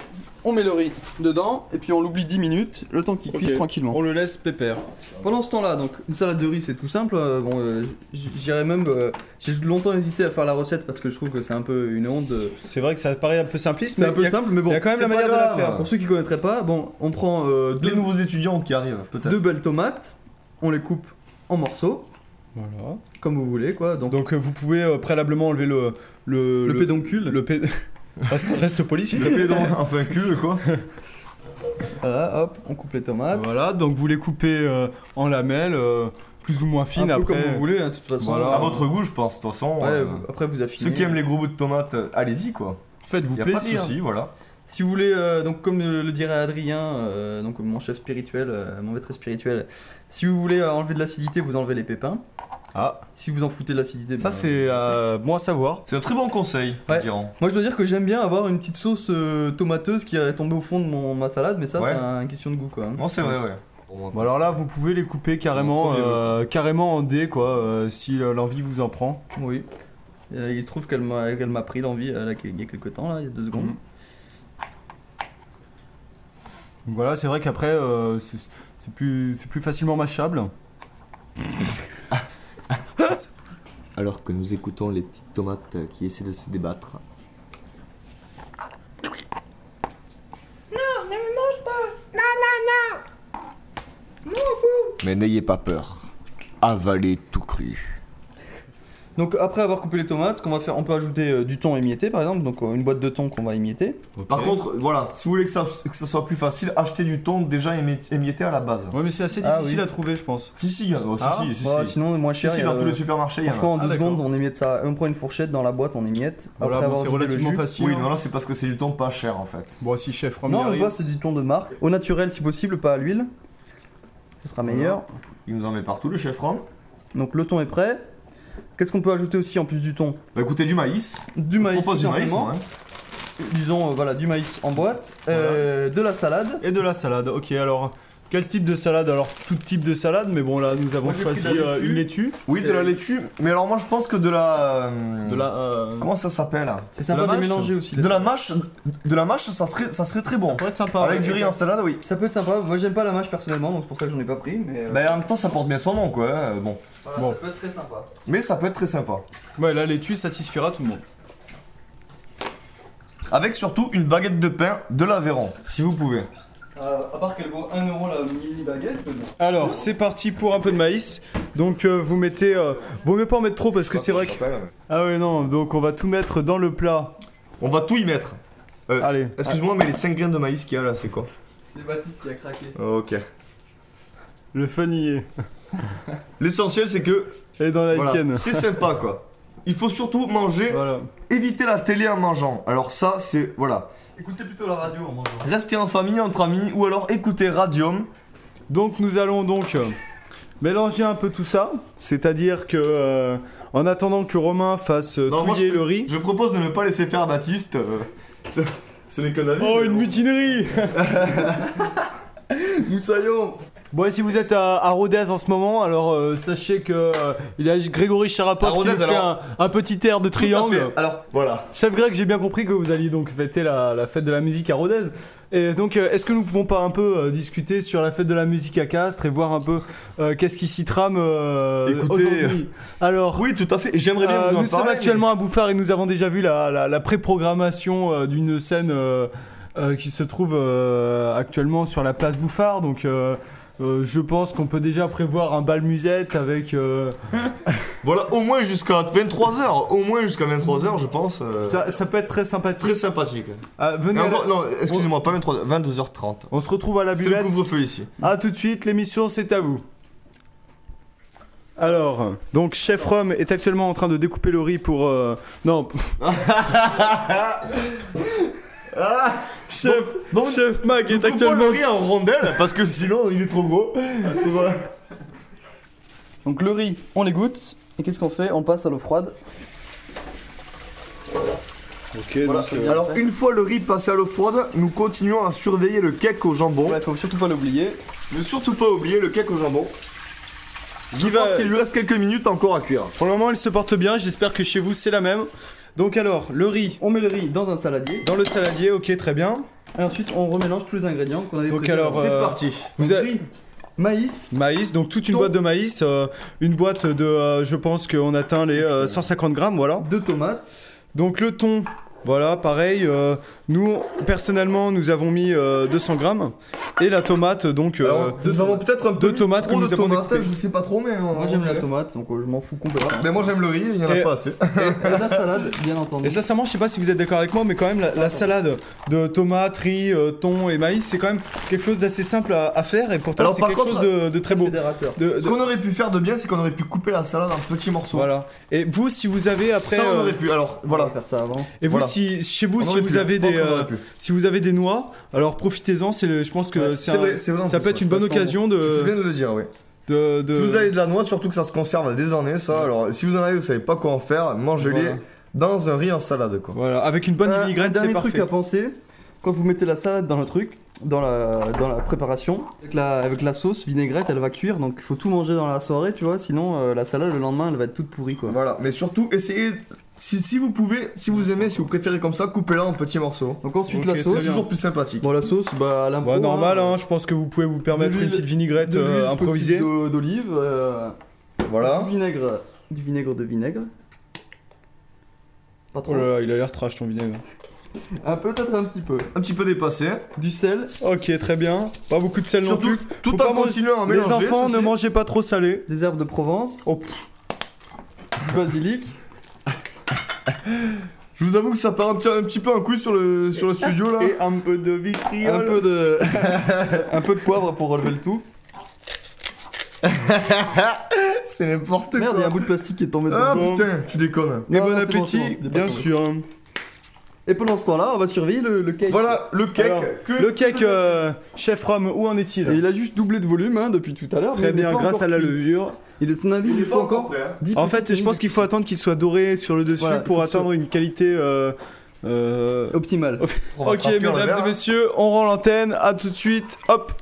[SPEAKER 2] on met le riz dedans et puis on l'oublie 10 minutes, le temps qu'il cuise
[SPEAKER 3] Ok.
[SPEAKER 2] tranquillement.
[SPEAKER 3] On le laisse pépère.
[SPEAKER 2] Pendant ce temps-là, donc une salade de riz, c'est tout simple. euh, bon, euh, j- j'irais même, euh, j'ai longtemps hésité à faire la recette parce que je trouve que c'est un peu une honte. euh,
[SPEAKER 3] C'est vrai que ça paraît un peu simpliste,
[SPEAKER 2] C'est
[SPEAKER 3] mais
[SPEAKER 2] un peu
[SPEAKER 3] y a-
[SPEAKER 2] simple, mais bon.
[SPEAKER 3] il y a quand même
[SPEAKER 2] c'est
[SPEAKER 3] la
[SPEAKER 2] pas
[SPEAKER 3] manière de
[SPEAKER 2] grave.
[SPEAKER 3] la faire.
[SPEAKER 2] Pour ceux qui connaîtraient pas, bon, on prend euh, deux,
[SPEAKER 4] Les nouveaux étudiants qui arrivent, peut-être.
[SPEAKER 2] deux belles tomates, on les coupe en morceaux,
[SPEAKER 3] Voilà.
[SPEAKER 2] comme vous voulez, quoi. Donc,
[SPEAKER 3] Donc euh, vous pouvez euh, préalablement enlever le le
[SPEAKER 2] le, pédoncule.
[SPEAKER 3] le pé- (laughs) reste, reste poli s'il te
[SPEAKER 4] Tapez les
[SPEAKER 3] plaît.
[SPEAKER 4] dents, (laughs) enfin cul quoi.
[SPEAKER 2] Voilà, hop, on coupe les tomates.
[SPEAKER 3] Voilà, donc vous les coupez euh, en lamelles, euh, plus ou moins fines
[SPEAKER 2] un peu
[SPEAKER 3] après.
[SPEAKER 2] comme vous voulez, hein, de toute façon.
[SPEAKER 3] Voilà.
[SPEAKER 4] À votre goût, je pense. De toute façon,
[SPEAKER 2] Ouais,
[SPEAKER 4] euh,
[SPEAKER 2] vous- après vous affinez.
[SPEAKER 4] ceux qui aiment les gros bouts de tomates, euh, allez-y quoi.
[SPEAKER 3] Faites-vous
[SPEAKER 4] Y a pas de
[SPEAKER 3] plaisir.
[SPEAKER 4] soucis, voilà.
[SPEAKER 2] Si vous voulez, euh, donc comme le, le dirait Adrien, euh, donc mon chef spirituel, euh, mon maître spirituel, si vous voulez euh, enlever de l'acidité, vous enlevez les pépins.
[SPEAKER 3] Ah,
[SPEAKER 2] Si vous en foutez de l'acidité,
[SPEAKER 3] ça
[SPEAKER 2] ben,
[SPEAKER 3] c'est euh, bon à savoir.
[SPEAKER 4] C'est un très bon conseil,
[SPEAKER 2] Ouais.
[SPEAKER 4] je dirais.
[SPEAKER 2] Moi je dois dire que j'aime bien avoir une petite sauce euh, tomateuse qui est tombée au fond de mon, ma salade, mais ça
[SPEAKER 4] Ouais.
[SPEAKER 2] c'est un- une question de goût quoi. hein.
[SPEAKER 4] Non, c'est vrai, ouais. Bon,
[SPEAKER 3] Bon, alors là, vous pouvez les couper carrément,
[SPEAKER 4] C'est mon premier
[SPEAKER 3] euh, carrément en dés, quoi, euh, si euh, l'envie vous en prend.
[SPEAKER 2] Oui. Et là, il se trouve qu'elle m'a qu'elle m'a pris l'envie euh, là, il y a quelques temps, là, il y a deux secondes.
[SPEAKER 3] Mhm. Donc voilà, c'est vrai qu'après, euh, c'est c'est plus, c'est plus facilement mâchable.
[SPEAKER 6] Alors que nous écoutons les petites tomates euh, qui essaient de se débattre.
[SPEAKER 4] Mais n'ayez pas peur. Avalez tout cru.
[SPEAKER 2] Donc après avoir coupé les tomates, ce qu'on va faire, on peut ajouter euh, du thon émietté par exemple, donc euh, une boîte de thon qu'on va émietter.
[SPEAKER 4] Par contre, voilà, si vous voulez que ça, que ça soit plus facile, achetez du thon déjà émi- émietté à la base.
[SPEAKER 3] Ouais, mais c'est assez
[SPEAKER 2] Ah,
[SPEAKER 3] difficile
[SPEAKER 2] oui.
[SPEAKER 3] à trouver, je pense.
[SPEAKER 4] Si, si, oh, si,
[SPEAKER 3] Ah,
[SPEAKER 4] si, si,
[SPEAKER 2] Voilà,
[SPEAKER 4] si.
[SPEAKER 2] Bah, Sinon, moins
[SPEAKER 4] Si,
[SPEAKER 2] cher.
[SPEAKER 4] si,
[SPEAKER 2] il y a,
[SPEAKER 4] dans tous
[SPEAKER 2] euh,
[SPEAKER 4] les supermarchés, il y en a.
[SPEAKER 2] Franchement, en
[SPEAKER 3] Ah,
[SPEAKER 2] deux
[SPEAKER 3] d'accord.
[SPEAKER 2] secondes, on émiette ça. On prend une fourchette dans la boîte, on émiette.
[SPEAKER 3] Voilà,
[SPEAKER 2] après
[SPEAKER 3] bon,
[SPEAKER 2] avoir
[SPEAKER 3] c'est
[SPEAKER 2] vidé le
[SPEAKER 3] relativement
[SPEAKER 2] jus.
[SPEAKER 3] facile.
[SPEAKER 4] Oui, non, là, c'est parce que c'est du thon pas cher en fait.
[SPEAKER 3] Bon, si chef Romain
[SPEAKER 2] Non,
[SPEAKER 3] y
[SPEAKER 2] mais
[SPEAKER 3] arrive.
[SPEAKER 2] moi, c'est du thon de marque. Au naturel, si possible, pas à l'huile. Ce sera meilleur.
[SPEAKER 4] Il nous en met partout, le chef Rom.
[SPEAKER 2] Donc, le thon est prêt. Qu'est-ce qu'on peut ajouter aussi en plus du thon
[SPEAKER 4] Bah écoutez, du maïs.
[SPEAKER 2] Du
[SPEAKER 4] Je
[SPEAKER 2] maïs,
[SPEAKER 4] propose du
[SPEAKER 2] tout
[SPEAKER 4] maïs,
[SPEAKER 2] simplement.
[SPEAKER 4] moi. hein.
[SPEAKER 2] Disons, euh, voilà, du maïs en boîte. Euh, de la salade.
[SPEAKER 3] Et de la salade. Ok, alors quel type de salade Alors tout type de salade, mais bon là nous avons
[SPEAKER 4] Moi, j'ai
[SPEAKER 3] choisi
[SPEAKER 4] pris de la
[SPEAKER 3] euh,
[SPEAKER 4] laitue.
[SPEAKER 3] une laitue.
[SPEAKER 4] Oui, de la laitue. Mais alors, moi, je pense que de la. euh,
[SPEAKER 3] De la. euh,
[SPEAKER 4] Comment ça s'appelle hein
[SPEAKER 2] C'est
[SPEAKER 3] la
[SPEAKER 2] sympa de, les
[SPEAKER 3] mâche
[SPEAKER 2] mélanger aussi. les-
[SPEAKER 4] De la mâche, de la mâche, ça serait, ça serait très
[SPEAKER 3] Ça
[SPEAKER 4] bon.
[SPEAKER 3] pourrait être sympa.
[SPEAKER 4] Avec
[SPEAKER 3] ouais.
[SPEAKER 4] du riz hein. en salade, oui.
[SPEAKER 2] Ça peut être sympa. Moi, j'aime pas la mâche personnellement, donc c'est pour ça que j'en ai pas pris. Mais euh,
[SPEAKER 4] Bah en même temps, ça porte bien son nom, quoi. hein, euh, Bon,
[SPEAKER 2] voilà,
[SPEAKER 3] bon.
[SPEAKER 2] ça peut être très sympa.
[SPEAKER 4] mais ça peut être très sympa.
[SPEAKER 3] Ouais, la laitue satisfera tout le monde.
[SPEAKER 4] Avec surtout une baguette de pain de l'Aveyron, si vous pouvez.
[SPEAKER 2] Euh, à part qu'elle vaut 1€ euro la mini baguette, mais bon.
[SPEAKER 3] Alors c'est parti pour un peu de maïs. Donc euh, vous mettez. euh, vaut mieux pas en mettre trop parce que c'est vrai que. Ah ouais non. Donc on va tout mettre dans le plat.
[SPEAKER 4] On va tout y mettre. Euh,
[SPEAKER 3] Allez.
[SPEAKER 4] Excuse-moi, mais les 5 graines de maïs qu'il y a là, c'est quoi
[SPEAKER 2] C'est Baptiste qui a craqué.
[SPEAKER 4] Ok.
[SPEAKER 3] Le fun y est.
[SPEAKER 4] L'essentiel, c'est que
[SPEAKER 3] Et dans la
[SPEAKER 4] voilà,
[SPEAKER 3] tienne.
[SPEAKER 4] c'est sympa, quoi. Il faut surtout
[SPEAKER 3] (laughs)
[SPEAKER 4] manger,
[SPEAKER 3] Voilà.
[SPEAKER 4] éviter la télé en mangeant. Alors ça, c'est voilà.
[SPEAKER 2] Écoutez plutôt la radio en mangeant.
[SPEAKER 4] Rester en famille, entre amis, ou alors écouter Radium.
[SPEAKER 3] Donc nous allons donc euh, mélanger un peu tout ça. C'est-à-dire que euh, en attendant que Romain fasse euh,
[SPEAKER 4] Non, moi,
[SPEAKER 3] touiller
[SPEAKER 4] je-
[SPEAKER 3] le riz.
[SPEAKER 4] Je propose de ne pas laisser faire Baptiste. euh, (laughs) ce- ce n'est qu'un avis.
[SPEAKER 3] Oh
[SPEAKER 4] mais
[SPEAKER 3] une
[SPEAKER 4] bon.
[SPEAKER 3] mutinerie. (laughs)
[SPEAKER 4] Nous saillons.
[SPEAKER 3] Bon, et si vous êtes à, à Rodez en ce moment, alors euh, sachez que euh, il y a Grégory Charapov
[SPEAKER 4] À Rodez,
[SPEAKER 3] qui nous fait un,
[SPEAKER 4] alors.
[SPEAKER 3] un petit air de triangle.
[SPEAKER 4] Alors voilà.
[SPEAKER 3] Chef Greg, j'ai bien compris que vous alliez donc fêter la, la fête de la musique à Rodez. Et donc, euh, est-ce que nous pouvons pas un peu euh, discuter sur la fête de la musique à Castres et voir un peu euh, qu'est-ce qui s'y trame euh,
[SPEAKER 4] Écoutez,
[SPEAKER 3] aujourd'hui Alors,
[SPEAKER 4] Oui, tout à fait. Et J'aimerais bien
[SPEAKER 3] euh,
[SPEAKER 4] vous en
[SPEAKER 3] nous sommes
[SPEAKER 4] parler.
[SPEAKER 3] actuellement à Bouffard et nous avons déjà vu la, la- la pré-programmation euh, d'une scène euh, euh, qui se trouve euh, actuellement sur la place Bouffard. Donc, euh, euh, je pense qu'on peut déjà prévoir un bal musette avec. euh,
[SPEAKER 4] Voilà, au moins jusqu'à 23h. Au moins jusqu'à 23h, je pense. euh,
[SPEAKER 3] ça, ça peut être très sympathique.
[SPEAKER 4] Très sympathique.
[SPEAKER 3] Ah, venez.
[SPEAKER 4] Et
[SPEAKER 3] à la-
[SPEAKER 4] encore- non, excusez-moi, pas 23h, 22h30.
[SPEAKER 3] On se retrouve à la
[SPEAKER 4] C'est le
[SPEAKER 3] buvette.
[SPEAKER 4] couvre-feu ici.
[SPEAKER 3] À tout de suite, l'émission c'est à vous. Alors, donc Chef Rome est actuellement en train de découper le riz pour. euh,
[SPEAKER 2] (laughs)
[SPEAKER 3] Non. Chef,
[SPEAKER 4] donc-
[SPEAKER 3] Chef Mag est
[SPEAKER 4] Actuellement,
[SPEAKER 3] actuellement.
[SPEAKER 4] le riz en rondelle parce que sinon il est trop gros. C'est voilà.
[SPEAKER 2] Donc le riz, on l'égoutte. Et qu'est-ce qu'on fait On passe à l'eau froide.
[SPEAKER 3] Ok,
[SPEAKER 4] Voilà.
[SPEAKER 3] donc,
[SPEAKER 2] euh,
[SPEAKER 4] Alors une fois le riz passé à l'eau froide, nous continuons à surveiller le cake au jambon.
[SPEAKER 2] Ouais, faut surtout pas l'oublier.
[SPEAKER 4] Ne surtout pas oublier le cake au jambon. Je
[SPEAKER 3] Il va-
[SPEAKER 4] pense qu'il lui reste quelques minutes encore à cuire.
[SPEAKER 3] Pour le moment, il se porte bien. J'espère que chez vous, c'est la même. Donc, alors, le riz
[SPEAKER 2] On met le riz dans un saladier.
[SPEAKER 3] dans le saladier. Ok, très bien.
[SPEAKER 2] Et ensuite, on remélange tous les ingrédients qu'on avait
[SPEAKER 3] Donc
[SPEAKER 2] prévus.
[SPEAKER 3] alors,
[SPEAKER 2] C'est
[SPEAKER 3] euh,
[SPEAKER 2] parti.
[SPEAKER 3] vous
[SPEAKER 2] Vous
[SPEAKER 3] avez-
[SPEAKER 2] riz, maïs.
[SPEAKER 3] Maïs, donc toute une
[SPEAKER 2] Donc-
[SPEAKER 3] boîte de maïs. euh, une boîte de. euh, je pense qu'on atteint les euh, 150 grammes, voilà.
[SPEAKER 2] Deux tomates,
[SPEAKER 3] Donc, le thon. Voilà, pareil. euh, nous, personnellement, nous avons mis euh, 200 grammes. Et la tomate, donc. euh,
[SPEAKER 4] Alors, nous avons peut-être un peu
[SPEAKER 3] deux tomates
[SPEAKER 4] trop
[SPEAKER 3] que nous
[SPEAKER 4] de
[SPEAKER 3] avons
[SPEAKER 4] tomates,
[SPEAKER 3] découpées.
[SPEAKER 4] je sais pas trop, mais.
[SPEAKER 2] moi j'aime la tomate, donc euh, je m'en fous complètement.
[SPEAKER 3] (laughs)
[SPEAKER 4] Mais moi j'aime le riz, il y en a
[SPEAKER 3] Et-
[SPEAKER 4] pas assez.
[SPEAKER 2] Et la salade, bien entendu.
[SPEAKER 3] Et sincèrement, je sais pas si vous êtes d'accord avec moi, mais quand même, la, la salade de tomates, riz, euh, thon et maïs, c'est quand même quelque chose d'assez simple à, à faire et pourtant
[SPEAKER 4] Alors,
[SPEAKER 3] c'est
[SPEAKER 4] par
[SPEAKER 3] quelque
[SPEAKER 4] contre,
[SPEAKER 3] chose de, de très beau.
[SPEAKER 2] fédérateur.
[SPEAKER 3] De- de-
[SPEAKER 4] Ce qu'on aurait pu faire de bien, c'est qu'on aurait pu couper la salade en petits morceaux.
[SPEAKER 3] voilà. Et vous, si vous avez après,
[SPEAKER 4] ça on
[SPEAKER 3] euh,
[SPEAKER 4] aurait pu. Alors
[SPEAKER 2] Voilà,
[SPEAKER 4] voilà.
[SPEAKER 2] faire ça avant.
[SPEAKER 3] et vous,
[SPEAKER 4] voilà.
[SPEAKER 3] si chez
[SPEAKER 4] On
[SPEAKER 3] vous, si
[SPEAKER 4] aurait
[SPEAKER 3] vous
[SPEAKER 4] pu,
[SPEAKER 3] avez
[SPEAKER 4] je pense
[SPEAKER 3] des,
[SPEAKER 4] qu'on
[SPEAKER 3] euh,
[SPEAKER 4] aurait pu.
[SPEAKER 3] si vous avez des noix, alors profitez-en. C'est le, je pense que
[SPEAKER 4] Ouais,
[SPEAKER 3] c'est
[SPEAKER 4] c'est
[SPEAKER 3] un-
[SPEAKER 4] vrai, c'est vrai, en
[SPEAKER 3] ça
[SPEAKER 4] plus,
[SPEAKER 3] peut être
[SPEAKER 4] ouais,
[SPEAKER 3] une bonne
[SPEAKER 4] c'est vachement
[SPEAKER 3] occasion
[SPEAKER 4] Tu viens
[SPEAKER 3] de,
[SPEAKER 4] de le dire, oui.
[SPEAKER 3] de, de-
[SPEAKER 4] Si vous avez de la noix, surtout que ça se conserve à des années, ça. Alors, si vous en avez, vous savez pas quoi en faire, mangez-les
[SPEAKER 3] Voilà.
[SPEAKER 4] dans un riz en salade, quoi.
[SPEAKER 3] voilà, avec une bonne
[SPEAKER 2] Un- un
[SPEAKER 3] vinaigrette, c'est
[SPEAKER 2] Euh, dernier truc
[SPEAKER 3] parfait.
[SPEAKER 2] à penser, quand vous mettez la salade dans le truc, dans la, dans la préparation, avec la, avec la sauce vinaigrette, elle va cuire, donc il faut tout manger dans la soirée, tu vois, sinon euh, la salade le lendemain, elle va être toute pourrie, quoi.
[SPEAKER 4] Voilà, mais surtout, essayez. Si, si vous pouvez, si vous aimez, si vous préférez comme ça, coupez-la en petits morceaux.
[SPEAKER 2] Donc ensuite
[SPEAKER 3] Ok,
[SPEAKER 2] la
[SPEAKER 3] très
[SPEAKER 4] C'est
[SPEAKER 2] sauce.
[SPEAKER 3] bien.
[SPEAKER 4] toujours plus sympathique.
[SPEAKER 2] Bon, la sauce, bah à l'impro.
[SPEAKER 3] Ouais,
[SPEAKER 2] hein,
[SPEAKER 3] normal. Hein, je pense que vous pouvez vous permettre une
[SPEAKER 2] l'huile-
[SPEAKER 3] petite vinaigrette
[SPEAKER 2] de
[SPEAKER 3] euh,
[SPEAKER 2] l'huile
[SPEAKER 3] improvisée.
[SPEAKER 2] d'o- d'olive, euh,
[SPEAKER 4] Voilà.
[SPEAKER 2] du vinaigre, du vinaigre de vinaigre. Pas trop.
[SPEAKER 3] Oh là là, il a l'air trash ton vinaigre.
[SPEAKER 2] Ah, peut-être un petit peu.
[SPEAKER 4] Un petit peu dépassé.
[SPEAKER 2] Du sel,
[SPEAKER 3] Ok, très bien. Pas beaucoup de sel non
[SPEAKER 4] Surtout,
[SPEAKER 3] plus.
[SPEAKER 4] tout
[SPEAKER 3] Faut pas
[SPEAKER 4] en
[SPEAKER 3] manger-
[SPEAKER 4] continuant à
[SPEAKER 3] Les
[SPEAKER 4] mélanger.
[SPEAKER 3] enfants, ne
[SPEAKER 4] ceci.
[SPEAKER 3] mangez pas trop salé.
[SPEAKER 2] des herbes de Provence,
[SPEAKER 3] Oh, pff,
[SPEAKER 2] du basilic.
[SPEAKER 3] (laughs)
[SPEAKER 4] Je vous avoue que ça part un petit, un petit peu un coup sur le, sur le studio là.
[SPEAKER 2] un peu de vitriol. Un peu de, (laughs) un peu de poivre pour relever le tout.
[SPEAKER 4] C'est n'importe quoi.
[SPEAKER 2] Merde, il y a un bout de plastique qui est tombé
[SPEAKER 4] Ah
[SPEAKER 2] dans le
[SPEAKER 4] putain, tu déconnes.
[SPEAKER 3] et
[SPEAKER 2] Non,
[SPEAKER 3] bon
[SPEAKER 2] non, c'est bon,
[SPEAKER 3] appétit,
[SPEAKER 2] c'est bon, il est pas
[SPEAKER 3] bien
[SPEAKER 2] tombé.
[SPEAKER 3] sûr.
[SPEAKER 2] Et pendant ce temps-là, on va surveiller le, le cake.
[SPEAKER 4] Voilà le cake
[SPEAKER 3] Alors,
[SPEAKER 4] que.
[SPEAKER 3] Le cake euh, chef Rome, où en est-il
[SPEAKER 2] Et il a juste doublé de volume hein, depuis tout à l'heure. mais
[SPEAKER 3] Très
[SPEAKER 2] il n'est
[SPEAKER 3] bien,
[SPEAKER 2] pas
[SPEAKER 3] grâce
[SPEAKER 2] encore
[SPEAKER 3] à la
[SPEAKER 2] cuit.
[SPEAKER 3] levure.
[SPEAKER 2] Il est de ton avis, il,
[SPEAKER 4] Il est
[SPEAKER 2] lui faut encore
[SPEAKER 4] prêt. hein.
[SPEAKER 2] 10
[SPEAKER 3] En fait, je pense qu'il faut attendre qu'il soit doré sur le dessus
[SPEAKER 2] Voilà,
[SPEAKER 3] pour
[SPEAKER 2] faut que ce
[SPEAKER 3] atteindre une qualité. euh, euh,
[SPEAKER 2] optimal.
[SPEAKER 4] On va
[SPEAKER 3] Ok,
[SPEAKER 4] frapper en
[SPEAKER 3] mesdames
[SPEAKER 4] l'air,
[SPEAKER 3] et
[SPEAKER 4] hein.
[SPEAKER 3] messieurs, on rend l'antenne. À tout de suite. Hop.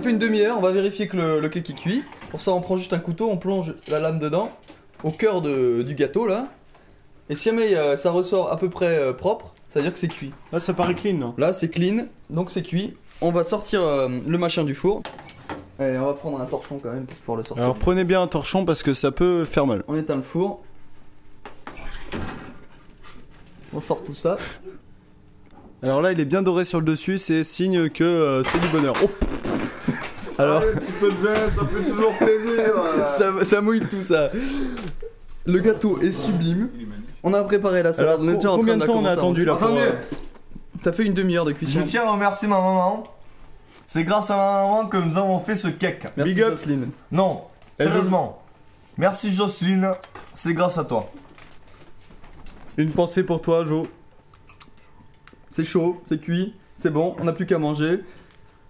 [SPEAKER 2] fait une demi-heure, on va vérifier que le, le cake est cuit. Pour ça, on prend juste un couteau, on plonge la lame dedans, au cœur de- du gâteau là. Et si jamais euh, ça ressort à peu près euh, propre, ça veut dire que c'est cuit.
[SPEAKER 3] Là, ça paraît clean. hein.
[SPEAKER 2] Là, c'est clean, donc c'est cuit. On va sortir euh, le machin du four. Allez, on va prendre un torchon quand même pour pouvoir le sortir.
[SPEAKER 3] Alors prenez bien un torchon parce que ça peut faire mal.
[SPEAKER 2] On éteint le four. On sort tout ça.
[SPEAKER 3] Alors là, il est bien doré sur le dessus, c'est signe que euh, c'est du bonheur. Oh, (laughs) Alors, (laughs)
[SPEAKER 4] Un petit peu de vin, ça fait toujours plaisir.
[SPEAKER 2] ça, ça mouille tout ça. Le gâteau est sublime. On a préparé la
[SPEAKER 3] alors
[SPEAKER 2] salade. on est déjà en
[SPEAKER 3] combien de
[SPEAKER 2] train
[SPEAKER 3] temps on a
[SPEAKER 2] la commencer à
[SPEAKER 3] attendu là pour,
[SPEAKER 4] Attendez,
[SPEAKER 3] euh,
[SPEAKER 2] Ça fait une demi-heure de
[SPEAKER 4] je
[SPEAKER 2] cuisson.
[SPEAKER 4] tiens à remercier ma maman. C'est grâce à ma maman que nous avons fait ce cake.
[SPEAKER 2] Merci
[SPEAKER 3] Big up.
[SPEAKER 2] Jocelyne.
[SPEAKER 4] Non,
[SPEAKER 3] Elle veut-
[SPEAKER 4] sérieusement. Merci Jocelyne, c'est grâce à toi.
[SPEAKER 3] Une pensée pour toi, Jo.
[SPEAKER 2] C'est chaud, c'est cuit, c'est bon, on n'a plus qu'à manger.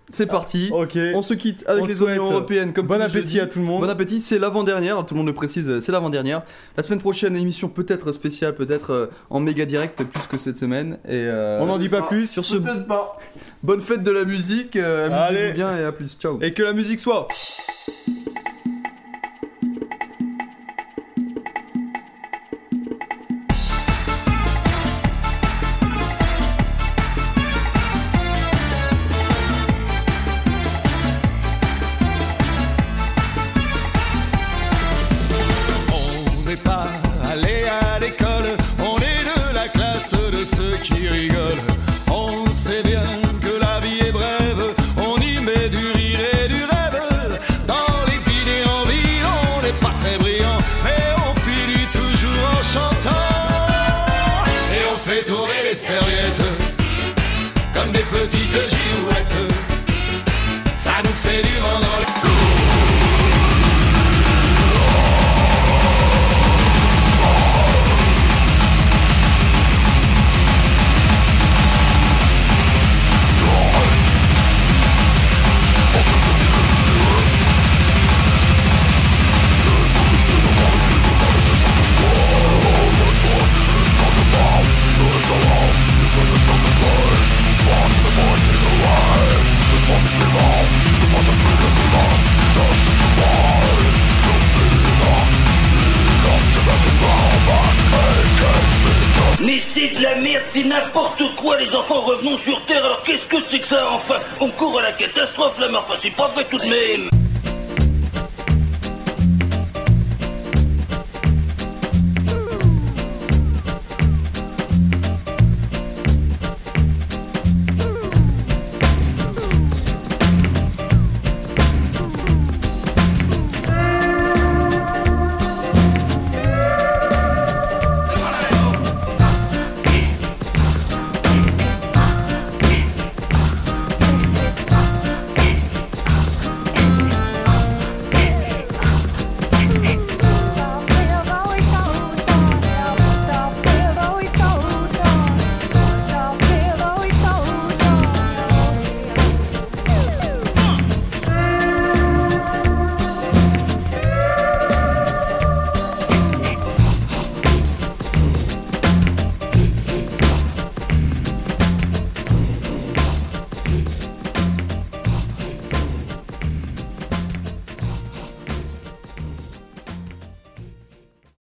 [SPEAKER 2] C'est parti.
[SPEAKER 3] Ah, Ok.
[SPEAKER 2] On se quitte avec
[SPEAKER 3] On
[SPEAKER 2] les
[SPEAKER 3] souhaite,
[SPEAKER 2] oignons
[SPEAKER 3] euh,
[SPEAKER 2] européennes comme
[SPEAKER 3] bon
[SPEAKER 2] tous les
[SPEAKER 3] appétit
[SPEAKER 2] jeudis.
[SPEAKER 3] à tout le monde.
[SPEAKER 2] Bon appétit, c'est l'avant-dernière, tout le monde le précise, c'est l'avant-dernière. La semaine prochaine, émission peut-être spéciale, peut-être euh, en méga direct, plus que cette semaine. Et euh,
[SPEAKER 3] On n'en dit pas
[SPEAKER 4] Ah,
[SPEAKER 3] plus.
[SPEAKER 2] sur ce,
[SPEAKER 4] Peut-être pas.
[SPEAKER 2] bonne fête de la musique, euh, amusez-vous
[SPEAKER 3] Allez.
[SPEAKER 2] bien et à plus, ciao.
[SPEAKER 3] Et que la musique soit.
[SPEAKER 5] On n'est pas allé à l'école, on est de la classe de ceux qui rigolent. On sait bien que la vie est brève, on y met du rire et du rêve. Dans les dîners en ville, on n'est pas très brillant, mais on finit toujours en chantant. Et on fait tourner les serviettes, comme des petites girouettes. Ça nous fait du vent dans le
[SPEAKER 7] Mais c'est de la merde, c'est n'importe quoi, les enfants, revenons sur Terre, alors qu'est-ce que c'est que ça, enfin On court à la catastrophe, là, mais enfin, c'est pas fait tout de même